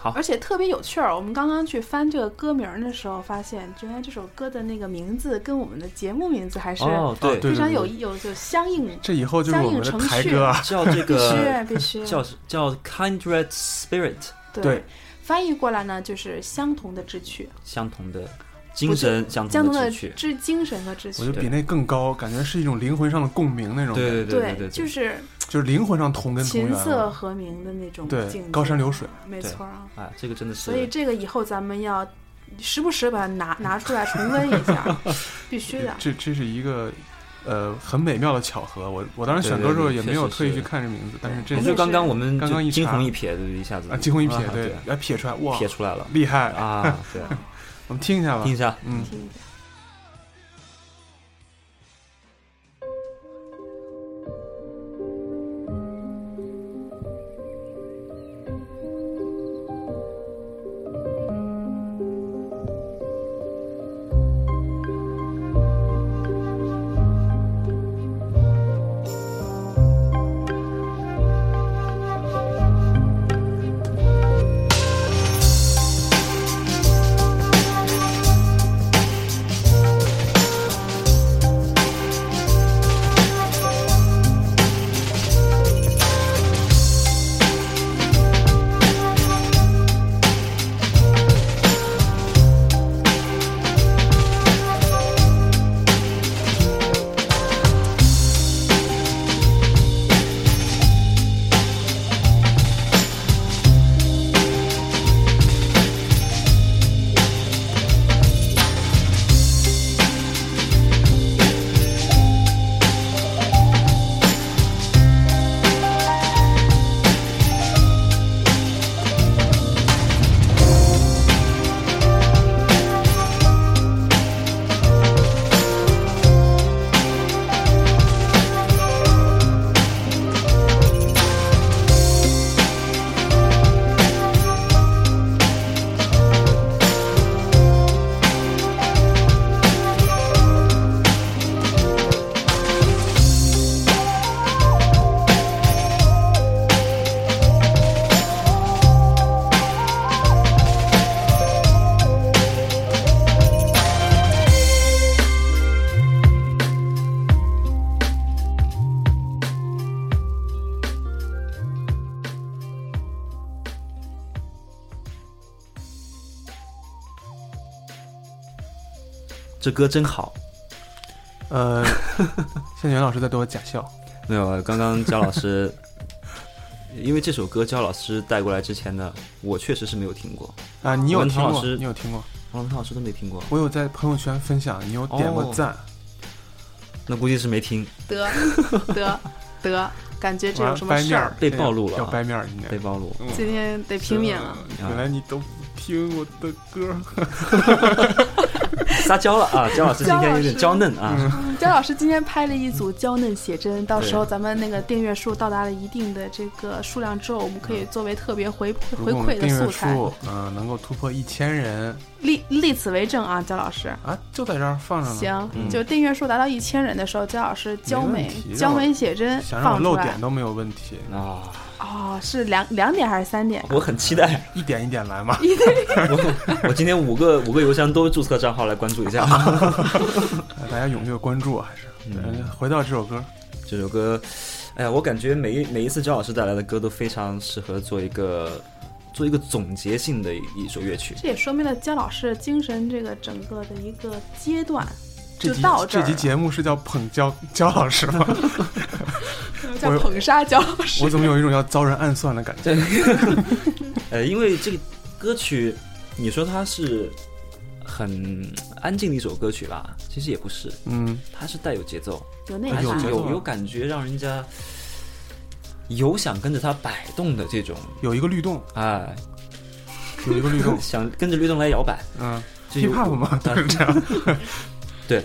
Speaker 2: 好
Speaker 4: 而，且特别有趣儿。我们刚刚去翻这个歌名儿的时候，发现原来这首歌的那个名字跟我们的节目名字还是
Speaker 2: 哦，对
Speaker 5: 啊，对
Speaker 4: 非常有有就相应，
Speaker 5: 这以后就是我们的台歌啊，
Speaker 2: 叫这
Speaker 4: 必须
Speaker 2: 个
Speaker 4: 必须啊
Speaker 2: 叫叫 Kindred Spirit，
Speaker 5: 对。
Speaker 4: 翻译过来呢，就是相同的志趣，
Speaker 2: 相同的精神，相
Speaker 4: 相
Speaker 2: 同
Speaker 4: 同
Speaker 2: 的
Speaker 4: 的
Speaker 2: 志趣。
Speaker 4: 之精神和志
Speaker 5: 我
Speaker 4: 趣
Speaker 5: 觉，得比那更高，感觉是一种灵魂上的共鸣那种感
Speaker 2: 对
Speaker 5: 觉，
Speaker 2: 对对对，
Speaker 4: 就是是
Speaker 5: 就是灵魂上同根同
Speaker 4: 琴
Speaker 5: 源
Speaker 4: 瑟
Speaker 5: 了。
Speaker 4: 和鸣的那种
Speaker 5: 对
Speaker 4: 境界，
Speaker 5: 高山流水，
Speaker 4: 没
Speaker 2: 对
Speaker 4: 错啊。
Speaker 2: 啊，这个真的是
Speaker 4: 所以这个以后咱们要时不时把它拿拿出来重温一下， 必须的。
Speaker 5: 这这是一个呃很美妙的巧合。我我当时选歌的时候
Speaker 2: 对对对
Speaker 5: 也没有
Speaker 2: 确实
Speaker 5: 特意
Speaker 2: 是
Speaker 5: 去看这名字，但是这
Speaker 2: 也
Speaker 4: 我觉
Speaker 2: 就
Speaker 4: 得
Speaker 2: 刚刚我们
Speaker 5: 刚刚
Speaker 2: 就
Speaker 5: 一查
Speaker 2: 惊鸿一瞥，就一下子
Speaker 5: 啊惊鸿一
Speaker 2: 啊
Speaker 5: 瞥，对，啊撇出来，哇，
Speaker 2: 瞥出来了
Speaker 5: 厉害！
Speaker 2: 啊，对，
Speaker 5: 我们听一下吧
Speaker 2: 听一，下，
Speaker 5: 嗯，
Speaker 4: 听一下
Speaker 7: 「
Speaker 2: 这歌真好。
Speaker 5: 呃，现在袁老师在对我假笑，
Speaker 2: 没有，刚刚焦老师， 因为这首歌焦老师带过来之前呢，我确实是没有听过，
Speaker 5: 啊，你有
Speaker 2: 文
Speaker 5: 听
Speaker 2: 涛
Speaker 5: 过？
Speaker 2: 老师
Speaker 5: 你有听过？
Speaker 2: 王文涛老师都没听过，
Speaker 5: 我有在朋友圈分享，你有点过
Speaker 2: 哦
Speaker 5: 赞。
Speaker 2: 那估计是没听，
Speaker 4: 得得得，感觉这
Speaker 5: 完
Speaker 4: 有
Speaker 5: 了
Speaker 4: 什么
Speaker 5: 掰
Speaker 4: 事
Speaker 5: 面
Speaker 4: 儿？
Speaker 2: 被暴露了啊
Speaker 5: 要掰面儿应该
Speaker 2: 被。暴露。
Speaker 4: 今天得拼命了。
Speaker 5: 原来你都不听我的歌，
Speaker 2: 撒娇了 啊！焦老师今天有点娇嫩啊，
Speaker 4: 嗯焦老师今天拍了一组娇嫩写真，到时候咱们那个订阅数到达了一定的这个数量之后，我们可以作为特别回
Speaker 5: 嗯如
Speaker 4: 回
Speaker 5: 果我
Speaker 4: 馈
Speaker 5: 们
Speaker 4: 的
Speaker 5: 订
Speaker 4: 素
Speaker 5: 阅
Speaker 4: 材。
Speaker 5: 数嗯、呃能够突破一千人
Speaker 4: 立立此为证啊，焦老师。
Speaker 5: 啊，就在这儿放着呢。
Speaker 4: 行，就订阅数达到一千人的时候，焦老师
Speaker 5: 嗯
Speaker 4: 娇
Speaker 5: 没问
Speaker 4: 美
Speaker 5: 题
Speaker 4: 娇
Speaker 5: 让我
Speaker 4: 美写真
Speaker 5: 想让我
Speaker 4: 放出
Speaker 5: 露
Speaker 4: 来
Speaker 5: 点。都没有问题，
Speaker 2: 啊，
Speaker 4: 哦，是两两点还是三点？
Speaker 2: 我很期待，
Speaker 5: 一点一点来嘛。
Speaker 2: 我我今天五个五个邮箱都注册账号来关注一下。
Speaker 5: 大家踊跃关注啊，还是。对回到这首歌，
Speaker 2: 这首歌，哎呀，我感觉每一每一次焦老师带来的歌都非常适合做一个做一个总结性的一首乐曲。
Speaker 4: 这也说明了焦老师精神这个整个的一个阶段。
Speaker 5: 这
Speaker 4: 就
Speaker 5: 集
Speaker 4: 到
Speaker 5: 这
Speaker 4: 儿
Speaker 5: 集
Speaker 4: 了，
Speaker 5: 节目是叫捧焦焦老师吗？
Speaker 4: 叫
Speaker 5: 我
Speaker 4: 捧杀焦老师
Speaker 5: 我。怎么有一种要遭人暗算的感觉？
Speaker 2: 呃，因为这个歌曲，你说它是很安静的一首歌曲吧，其实也不是，
Speaker 5: 嗯，
Speaker 2: 它是带有节奏，
Speaker 4: 有内
Speaker 5: 哎
Speaker 4: 涵
Speaker 5: 呦，节奏
Speaker 2: 有
Speaker 5: 啊
Speaker 2: 有感觉，让人家有想跟着它摆动的这种
Speaker 5: 有一个律动，
Speaker 2: 啊，，
Speaker 5: 有一个律 动
Speaker 2: 想跟着律动来摇摆。
Speaker 5: 嗯
Speaker 2: 这有
Speaker 5: ，hiphop 嘛都是这样。
Speaker 2: 对，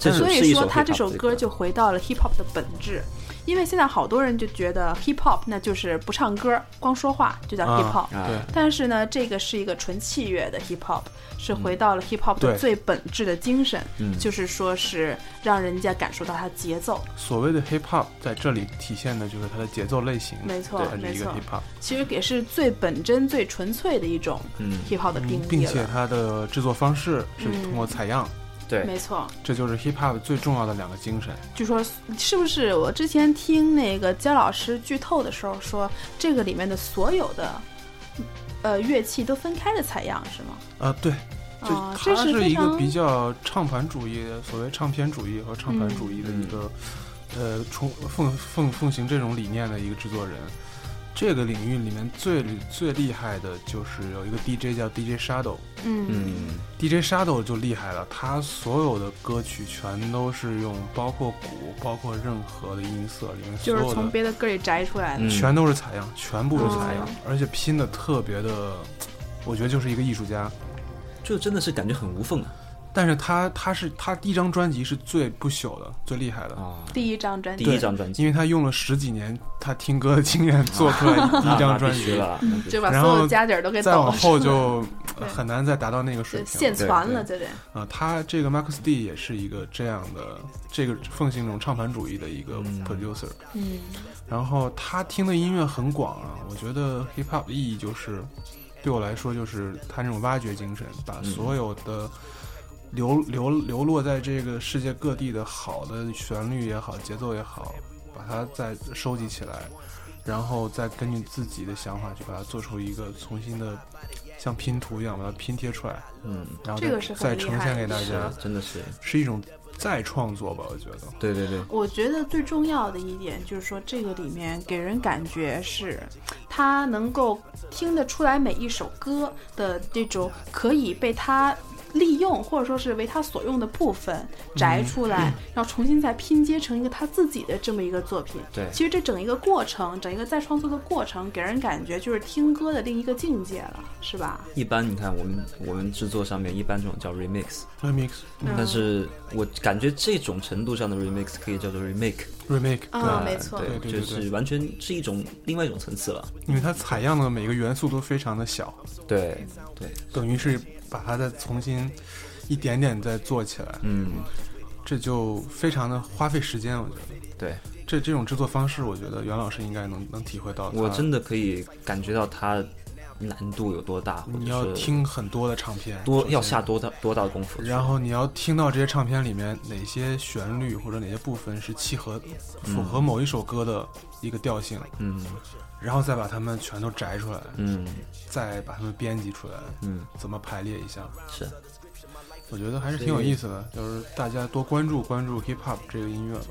Speaker 2: 这首
Speaker 4: 所
Speaker 2: 是一
Speaker 4: 以说，
Speaker 2: 首
Speaker 4: 他
Speaker 2: hip-hop
Speaker 4: 这首
Speaker 2: 的
Speaker 4: 歌就回到了 hip hop 的本质，因为现在好多人就觉得 hip hop 那就是不唱歌，光说话就叫 hip hop。
Speaker 2: 啊，
Speaker 5: 对
Speaker 4: 但是呢，这个是一个纯器乐的 hip hop，是回到了 hip hop 的
Speaker 5: 对
Speaker 4: 最本质的精神，
Speaker 2: 嗯
Speaker 4: 就是说是让人家感受到它节奏。
Speaker 5: 所谓的 hiphop 在这里体现的就是它的节奏类型，
Speaker 4: 没错
Speaker 5: 对它是一个
Speaker 4: 没错
Speaker 5: hiphop，
Speaker 4: 其实也是最本真、最纯粹的一种
Speaker 2: 嗯
Speaker 4: hip hop 的定
Speaker 5: 嗯
Speaker 4: 义
Speaker 5: 并且
Speaker 4: 了。嗯
Speaker 5: 它的制作方式是通过采样，
Speaker 2: 对，
Speaker 4: 没错，
Speaker 5: 这就是 hiphop 最重要的两个精神。
Speaker 4: 据说是不是我之前听那个姜老师剧透的时候说，这个里面的所有的呃乐器都分开的采样是吗？
Speaker 5: 啊，对，这
Speaker 4: 啊，
Speaker 5: 它
Speaker 4: 这是
Speaker 5: 是
Speaker 4: 非
Speaker 5: 一个
Speaker 4: 常
Speaker 5: 比较唱盘主义的，所谓唱片主义和唱盘主义的一个，呃，崇奉奉奉行这种理念的一个制作人。这个领域里面最最厉害的就是有一个 DJ 叫 DJ Shadow。
Speaker 4: 嗯
Speaker 2: 嗯
Speaker 5: DJ Shadow 就厉害了，他所有的歌曲全都是用包括鼓，包括任何的音色里面所
Speaker 4: 就是
Speaker 5: 有
Speaker 4: 从
Speaker 5: 的，
Speaker 4: 别的歌里摘出来的。
Speaker 2: 嗯
Speaker 5: 全都是采样，全部是采样
Speaker 4: 哦，
Speaker 5: 而且拼的特别的，我觉得就是一个艺术家。
Speaker 2: 就真的是感觉很无缝啊
Speaker 5: 但是他他是他第一张专辑是最不朽的、最厉害的，
Speaker 2: 啊！
Speaker 4: 第一张专
Speaker 2: 第
Speaker 4: 辑，
Speaker 2: 一张专辑
Speaker 5: 因为他用了十几年他听歌的经验做出来第一张专
Speaker 2: 那必须
Speaker 5: 辑，
Speaker 2: 了啊，那必须
Speaker 4: 嗯就把
Speaker 5: 然
Speaker 4: 所有
Speaker 5: 后
Speaker 4: 家底儿都给
Speaker 5: 再
Speaker 4: 抖
Speaker 5: 往
Speaker 4: 了，
Speaker 5: 后就
Speaker 4: 对
Speaker 5: 很难再达到那个水
Speaker 4: 就
Speaker 5: 平。
Speaker 4: 现传了，
Speaker 5: 对
Speaker 4: 这得
Speaker 5: 啊，他这个 Max D 也是一个这样的，这个奉行这种唱盘主义的一个
Speaker 2: 嗯
Speaker 5: producer，、
Speaker 4: 嗯，
Speaker 5: 然后他听的音乐很广啊，我觉得 hip hop 的意义就是，对我来说就是他那种挖掘精神，把
Speaker 2: 嗯
Speaker 5: 所有的流流流落在这个世界各地的好的旋律也好，节奏也好，把它再收集起来，然后再根据自己的想法去把它做出一个重新的，像拼图一样把它拼贴出来，
Speaker 2: 嗯，
Speaker 5: 然后
Speaker 4: 这
Speaker 5: 再
Speaker 4: 个是很
Speaker 5: 再
Speaker 4: 厉
Speaker 5: 呈
Speaker 4: 害
Speaker 5: 现
Speaker 4: 的
Speaker 5: 给大
Speaker 4: 是
Speaker 5: 家，
Speaker 2: 真的是，
Speaker 5: 是一种再创作吧，我觉得。
Speaker 2: 对对对，
Speaker 4: 我觉得最重要的一点就是说，这个里面给人感觉是，他能够听得出来每一首歌的这种可以被他利用，或者说是为他所用的部分
Speaker 5: 嗯
Speaker 4: 摘出来，然后重新再拼接成一个他自己的这么一个作品。
Speaker 2: 对
Speaker 4: 其实这整一个过程，整一个再创作的过程，给人感觉就是听歌的另一个境界了，是吧？
Speaker 2: 一般你看我们我们制作上面一般这种叫 remix，
Speaker 5: remix
Speaker 4: 嗯
Speaker 2: 但是我感觉这种程度上的 remix 可以叫做 remake，
Speaker 5: remake
Speaker 4: 啊
Speaker 2: 呃
Speaker 4: 没错
Speaker 5: 嗯对对
Speaker 2: 对，
Speaker 5: 对
Speaker 2: 就是完全是一种另外一种层次了，
Speaker 5: 因为它采样的每个元素都非常的小，
Speaker 2: 对对，
Speaker 5: 等于是把它再重新一点点再做起来，
Speaker 2: 嗯
Speaker 5: 这就非常的花费时间。我觉得
Speaker 2: 对，
Speaker 5: 这这种制作方式，我觉得袁老师应该能能体会到它。
Speaker 2: 我真的可以感觉到它难度有多大，或
Speaker 5: 你要
Speaker 2: 者是
Speaker 5: 听很多的唱片，首
Speaker 2: 多
Speaker 5: 先
Speaker 2: 要下，多大多大的功夫去，
Speaker 5: 然后你要听到这些唱片里面哪些旋律或者哪些部分是契合符合某一首歌的一个调性，
Speaker 2: 嗯
Speaker 5: 然后再把它们全都摘出来，
Speaker 2: 嗯
Speaker 5: 再把它们编辑出来，
Speaker 2: 嗯
Speaker 5: 怎么排列一下，
Speaker 2: 是，
Speaker 5: 我觉得还是挺有意思的，就是大家多关注关注 hip hop 这个音乐吧。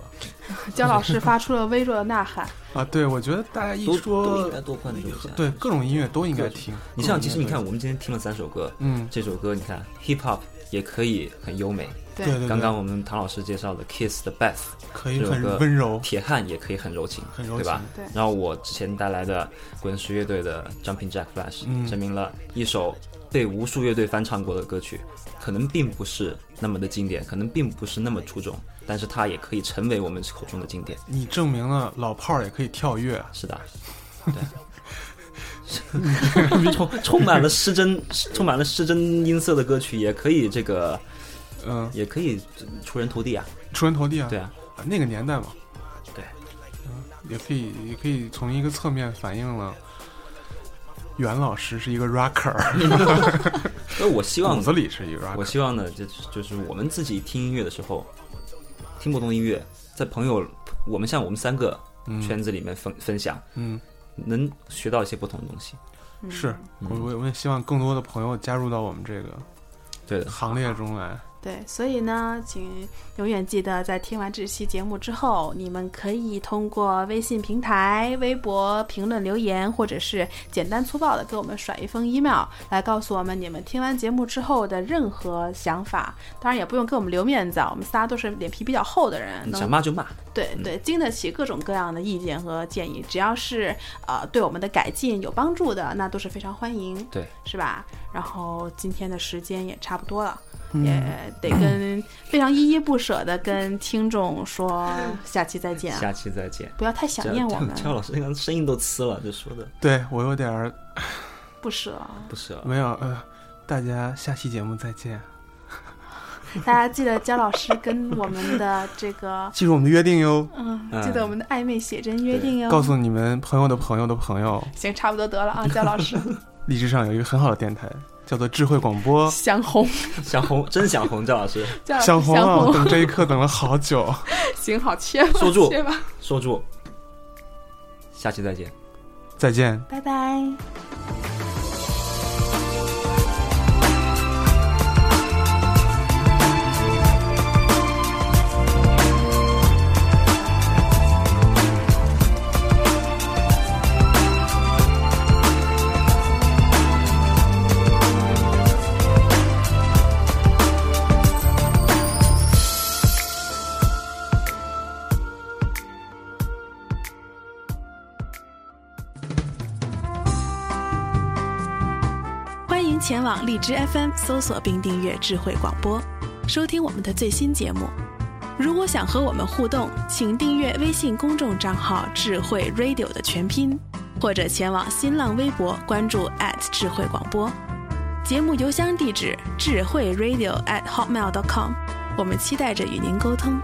Speaker 4: 姜老师发出了微弱的呐喊。
Speaker 5: 啊，对，我觉得大家一
Speaker 2: 都都
Speaker 5: 说
Speaker 2: 应该，多关注一下。
Speaker 5: 对各种音乐都应该听。
Speaker 2: 你像，
Speaker 5: 各种
Speaker 2: 其实你看，
Speaker 5: 音乐
Speaker 2: 我们今天听了三首歌，
Speaker 5: 嗯
Speaker 2: 这首歌你看 hip hop 也可以很优美，
Speaker 5: 都，对对对，
Speaker 2: 刚刚我们唐老师介绍的 Kiss 的 Beth
Speaker 5: 可以
Speaker 2: 这首
Speaker 5: 很
Speaker 2: 歌
Speaker 5: 温柔，
Speaker 2: 铁汉也可以很柔情，
Speaker 5: 很柔
Speaker 2: 对吧？
Speaker 4: 情对
Speaker 2: 然后我之前带来的滚石乐队的《Jumping Jack Flash》
Speaker 5: 嗯
Speaker 2: 证明了一首被无数乐队翻唱过的歌曲，可能并不是那么的经典，可能并不是那么出众，但是它也可以成为我们口中的经典。
Speaker 5: 你证明了老炮儿也可以跳跃。
Speaker 2: 是的， 对，充充满了失真、充满了失真音色的歌曲，也可以这个，
Speaker 5: 嗯，
Speaker 2: 也可以出人头地啊。
Speaker 5: 出人头地啊！
Speaker 2: 对啊，
Speaker 5: 啊，那个年代嘛，
Speaker 2: 对，
Speaker 5: 也可以也可以从一个侧面反映了袁老师是一个 rocker，
Speaker 2: 那我希望
Speaker 5: 骨子里是一个
Speaker 2: 我
Speaker 5: rocker。
Speaker 2: 希望呢，就是就是我们自己听音乐的时候，听不懂音乐，在朋友，我们像我们三个圈子里面分、分享，
Speaker 5: 嗯，
Speaker 2: 能学到一些不同的东西。
Speaker 5: 是
Speaker 2: 嗯
Speaker 5: 我我我也希望更多的朋友加入到我们这个
Speaker 2: 对的，
Speaker 5: 行列中来。
Speaker 4: 对，所以呢，请永远记得，在听完这期节目之后，你们可以通过微信平台、微博评论留言，或者是简单粗暴的给我们甩一封 email 来告诉我们你们听完节目之后的任何想法。当然，也不用给我们留面子，啊，我们仨都是脸皮比较厚的人，
Speaker 2: 你
Speaker 4: 能
Speaker 2: 想骂就骂，
Speaker 4: 对对，经得起各种各样的意见和建议，只要是呃对我们的改进有帮助的，那都是非常欢迎，
Speaker 2: 对，
Speaker 4: 是吧？然后今天的时间也差不多了，也得跟非常依依不舍的跟听众说下期再见啊，
Speaker 2: 下期再见。
Speaker 4: 不要太想念我们，
Speaker 2: 乔老师那个声音都呲了，就说的
Speaker 5: 对我有点儿
Speaker 4: 不舍。
Speaker 2: 不是啊。
Speaker 5: 没有呃，大家下期节目再见，。
Speaker 4: 大家记得焦老师跟我们的这个
Speaker 5: 记住我们的约定哟，
Speaker 4: 嗯，
Speaker 2: 嗯
Speaker 4: 记得我们的暧昧写真约定哟。
Speaker 5: 告诉你们朋友的朋友的朋友，
Speaker 4: 行，差不多得了啊，焦老师
Speaker 5: 荔枝上有一个很好的电台，叫做智慧广播。
Speaker 4: 想红，
Speaker 2: 想红，真想红，赵老师，
Speaker 4: 焦老师
Speaker 5: 想红
Speaker 4: 想
Speaker 5: 啊！我
Speaker 4: 红，
Speaker 5: 等这一刻等了好久。
Speaker 4: 行，好切吧，
Speaker 2: 说住
Speaker 4: 切吧，
Speaker 2: 说住，下期再见。
Speaker 5: 再见。
Speaker 4: 拜拜。
Speaker 3: 欢迎前往荔枝 FM 搜索并订阅智慧广播，收听我们的最新节目。如果想和我们互动，请订阅微信公众账号“智慧 Radio” 的全拼，或者前往新浪微博关注智慧广播。节目邮箱地址：智慧 Radio at hotmail.com。我们期待着与您沟通。